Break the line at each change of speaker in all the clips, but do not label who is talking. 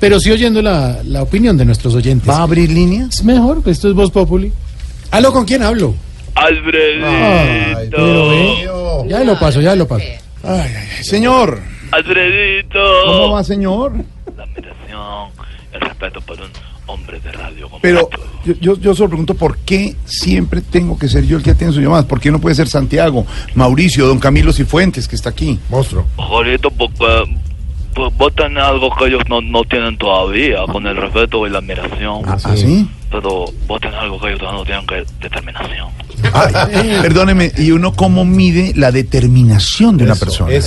Pero sí oyendo la, la opinión de nuestros oyentes.
¿Va a abrir líneas?
Mejor, pues esto es Voz Populi. ¿Aló, con quién hablo?
Alfredito.
Ay, pero, ¿eh? Ya lo paso, ya lo paso.
Ay, ay, ay, señor.
Alfredito.
¿Cómo va, señor?
La admiración, el respeto por un hombre de radio como
Pero
tú.
yo, yo, yo solo pregunto por qué siempre tengo que ser yo el que atiende sus llamadas. ¿Por qué no puede ser Santiago, Mauricio, don Camilo Cifuentes, que está aquí?
Monstruo.
Jorito, porque pues, vos tenés algo que ellos no, no tienen todavía, con el respeto y la admiración.
¿Ah, sí?
Pero vos tenés algo que ellos todavía no tienen, que es determinación.
Ay, Ah, perdóneme, ¿y uno cómo mide la determinación de una persona?
Eh,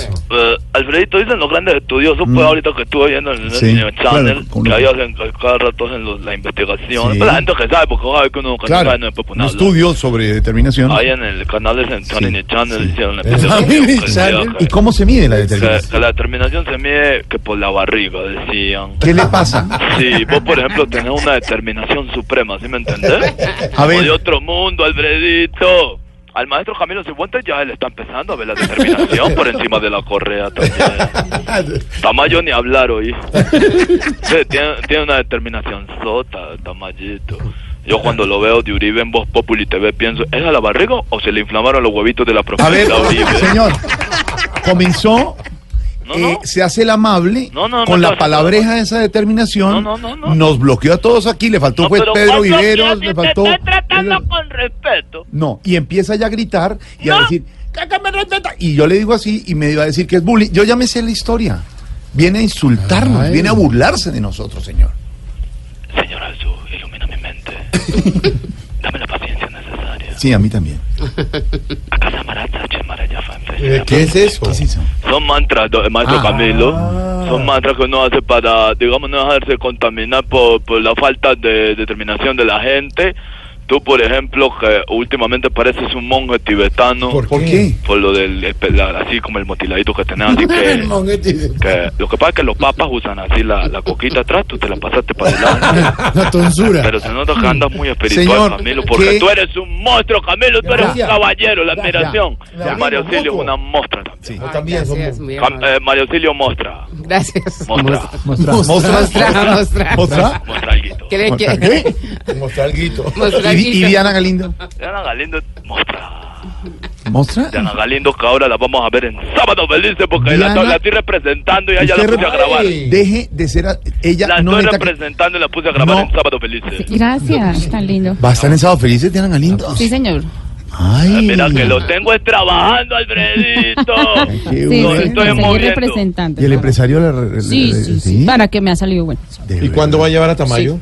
Alfredito, dicen los grandes estudiosos, pues ahorita que estuve viendo en el
Mm. Sí,
New Channel,
claro, con
que
los-
ellos hacen ca- cada rato hacen los- la investigación.
Sí.
Pues, la gente que sabe, porque ojalá que uno que no sabe no es
un
popular.
estudio sobre determinación.
Ahí en el canal de Central
Sí,
New Channel
sí.
hicieron la
Eso.
investigación.
Family
que
Channel.
decía que-
¿Y cómo se mide la
que, que
determinación?
la determinación se mide que por la barriga, decían.
¿Qué le pasa?
Si vos, por ejemplo, tenés una determinación suprema, ¿sí me entendés?
A
O de
ver,
otro mundo, Alfredito. Al maestro Camilo Cifuentes ya él está empezando a ver la determinación por encima de la correa también. Tamayo ni hablar hoy. Sí, tiene, tiene una determinación sota, Tamayito. Yo cuando lo veo de Uribe en Voz Populi TV pienso, ¿es a la barriga o se le inflamaron los huevitos de la
a ver,
profesora Uribe?
señor. Comenzó
No,
eh,
no.
se hace el amable
No, no,
con
no,
la
no, no,
palabreja de esa determinación.
No, no, no, no.
Nos bloqueó a todos aquí. Le faltó
No,
fue
pero
Pedro
cuando
Viveros,
te-
le
te
faltó.
está tratando con respeto.
No, y empieza ya a gritar y a
No.
decir. "Cácame, ratata". Y yo le digo así y me iba a decir que es bullying. Yo ya me sé la historia. Viene a insultarnos,
Ay.
viene a burlarse de nosotros, señor.
Señor Jesús, ilumina mi mente. Dame la paciencia necesaria.
Sí, a mí también.
Acá Samaratza, Chemaraya, Fanfecha.
Eh, ¿Qué es eso?
¿Qué es eso?
Son mantras, do- eh, maestro
Ah.
Camilo. Son mantras que uno hace para, digamos, no dejarse contaminar por, por la falta de determinación de la gente. Tú, por ejemplo, que últimamente pareces un monje tibetano.
¿Por
¿Por
¿Qué?
qué?
por lo del, el pe- la- así como el motiladito que tenés, así que... que lo que pasa es que los papas usan así la, la coquita atrás, tú te la pasaste para adelante.
La tonsura.
Pero se nota que andas muy espiritual,
Señor,
Camilo, porque
¿qué?
tú eres un monstruo, Camilo, tú eres
Gracias.
un caballero, la admiración.
Ya.
Mario
Ya.
Auxilio es una mostra también.
Sí.
Ay, gracias, muy
Cam-
amable.
eh, Mario Auxilio mostra.
Gracias.
Mostra.
¿Mostras?
Mostra, mostra.
¿Mostra?
Mostra alguito.
¿Qué le
¿Mostra
quieres?
qué?
Mostra
¿Y, Di- y
guiso.
Diana Galindo?
Diana Galindo, mostra.
¿Mostra?
Diana Galindo, que ahora la vamos a ver en Sábado Felices, porque ahí la,
Diana-
la estoy representando y a ella la
Usted
puse a
re-
grabar.
Deje de ser. a- Ella
La
no
estoy
necesita que-
representando y la puse a grabar
No.
en Sábado Felices.
Gracias, tan lindo.
¿Va a estar en Sábado Felices, Diana Galindo?
Sí, señor.
Ay.
Eh, Mira que lo tengo es trabajando, Alfredito.
Qué
Sí,
bueno.
sí,
estoy
me seguí
moviendo.
representante.
¿Y el
claro.
empresario le, re-
Sí,
le-
sí, sí. Para que me ha salido bueno.
De
¿Y
verdad.
cuándo va a llevar a Tamayo?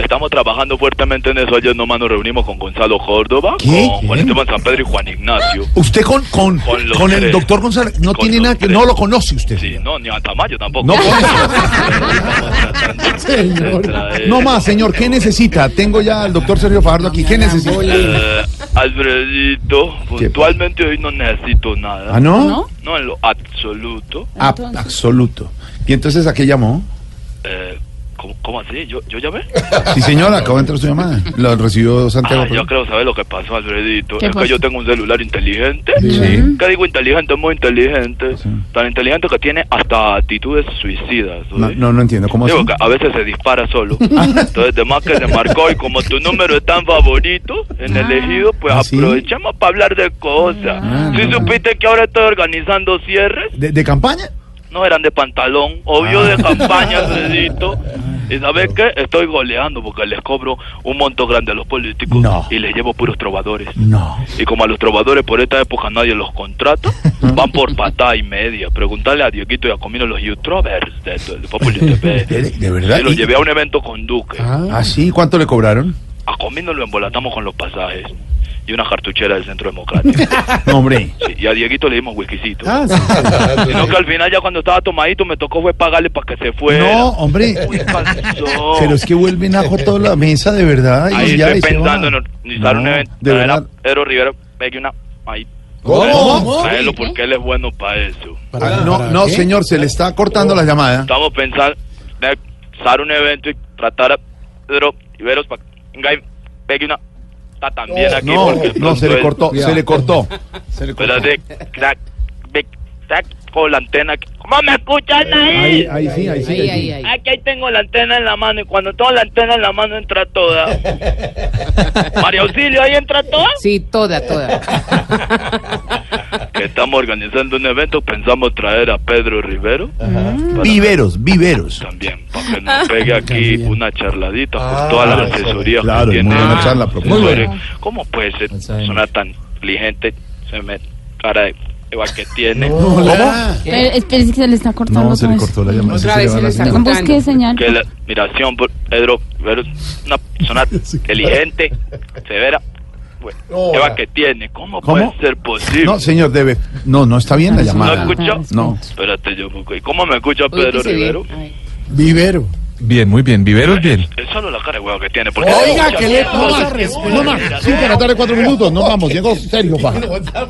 Estamos trabajando fuertemente en eso. Ayer nomás nos reunimos con Gonzalo Córdoba,
¿Qué?
con Juan Esteban San Pedro y Juan Ignacio.
Usted con, con,
Con los
con el
tres.
doctor González no
Con
tiene
los
nada que.
tres.
No lo conoce usted.
Sí, no, ni a Tamayo tampoco.
No,
Señor.
No más, señor. ¿Qué necesita? Tengo ya al doctor Sergio Fajardo aquí. ¿Qué necesita?
Eh, Alfredito, puntualmente hoy no necesito nada.
Ah, no.
¿No?
No, en lo absoluto.
Ah,
Entonces.
absoluto. ¿Y entonces a qué llamó?
Eh, ¿cómo, cómo así? ¿Yo, yo llamé?
Sí, señor, acabo de entrar su llamada. Lo recibió Santiago.
Ah, yo creo saber lo que pasó, Alfredito.
¿Qué
Es que
pasó?
yo tengo un celular inteligente.
Sí.
¿Qué digo inteligente? Muy inteligente. Tan inteligente que tiene hasta actitudes suicidas.
No,
¿oí?
no, no entiendo. ¿Cómo así?
Digo que a veces se dispara solo. Entonces, de más que se marcó, y como tu número es tan favorito en el elegido, pues
¿Ah, sí?
aprovechamos para hablar de cosas.
Ah,
si
no.
supiste que ahora estoy organizando cierres,
¿De, de campaña?
no eran de pantalón, obvio
Ah.
de campaña, Alfredito. ¿Y sabes qué? Estoy goleando porque les cobro un monto grande a los políticos
No.
y les llevo puros trovadores.
No.
Y como a los trovadores por esta época nadie los contrata, van por patada y media. Preguntarle a Dieguito y a Comino los youtubers de, de, de Populi TV.
¿De, de verdad?
Y Eh, lo
¿Y-
llevé a un evento con Duque.
¿Ah, sí? ¿Cuánto le cobraron?
A Comino lo embolatamos con los pasajes y una cartuchera del Centro Democrático.
No, hombre.
Sí, y a Dieguito le dimos whiskycito.
Ah, sí.
Sino que al final ya cuando estaba tomadito me tocó fue pagarle para que se fuera.
No, hombre.
Pues, Uy, pasó.
Pero es que vuelven a toda la mesa, de verdad. y
Ahí
ya,
estoy
y se
pensando en
va.
organizar un
No,
evento.
De
Traer a
verdad.
Pedro Rivera, pegue una... Ahí.
¿Cómo?
Tráelo porque él es bueno para eso.
Ah, no, no, señor, se le está cortando la llamada.
Estamos pensando en organizar un evento y tratar a Pedro Riveros para que pegue una... Está también aquí
No,
porque
no, se
pronto
le
es-
cortó, se le cortó.
Pero de crack, de crack, con la antena. aquí. ¿Cómo me escuchan
Ahí,
ahí?
Eh, ahí sí, ahí sí.
Ahí,
ahí
ahí,
sí.
ahí.
Aquí ahí tengo la antena en la mano y cuando tengo la antena en la mano entra toda. María Auxilio, ahí entra toda.
Sí, toda, toda.
Que estamos organizando un evento, pensamos traer a Pedro Rivero para-
Viveros, viveros.
también, para que nos pegue aquí
También.
una charladita
Ah,
con todas las
eso,
asesorías
Ah. claro,
que
es
tiene.
muy buena
Ah,
charla,
sobre
muy
buena.
¿Cómo puede ser
Esa es.
persona tan inteligente? Se me cara de eva que tiene.
¿Cómo?
Eh, espérese que se le está cortando.
No, se le
otra vez.
cortó la llamada.
Otra
se le
vez
va
se
la
le está
señal.
No, Busque señal.
Que la admiración por Pedro Rivero es una persona inteligente, severa. Bueno,
No,
eva
ya.
que tiene. ¿Cómo,
¿Cómo?
puede ser posible?
No, señor, debe. No, no está bien la
¿No
llamada.
escuchó?
No.
Espérate, yo busco. ¿Y cómo me escucha Pedro
Ubíquese bien.
Rivero?
Ay.
Vivero.
Bien, muy bien. Viveros, bien.
Es solo la cara de huevo que tiene. porque-
Oiga, que le pasa.
Mira,
No más. Cinco de la tarde, cuatro minutos. No vamos. Llegó Sergio Fajardo.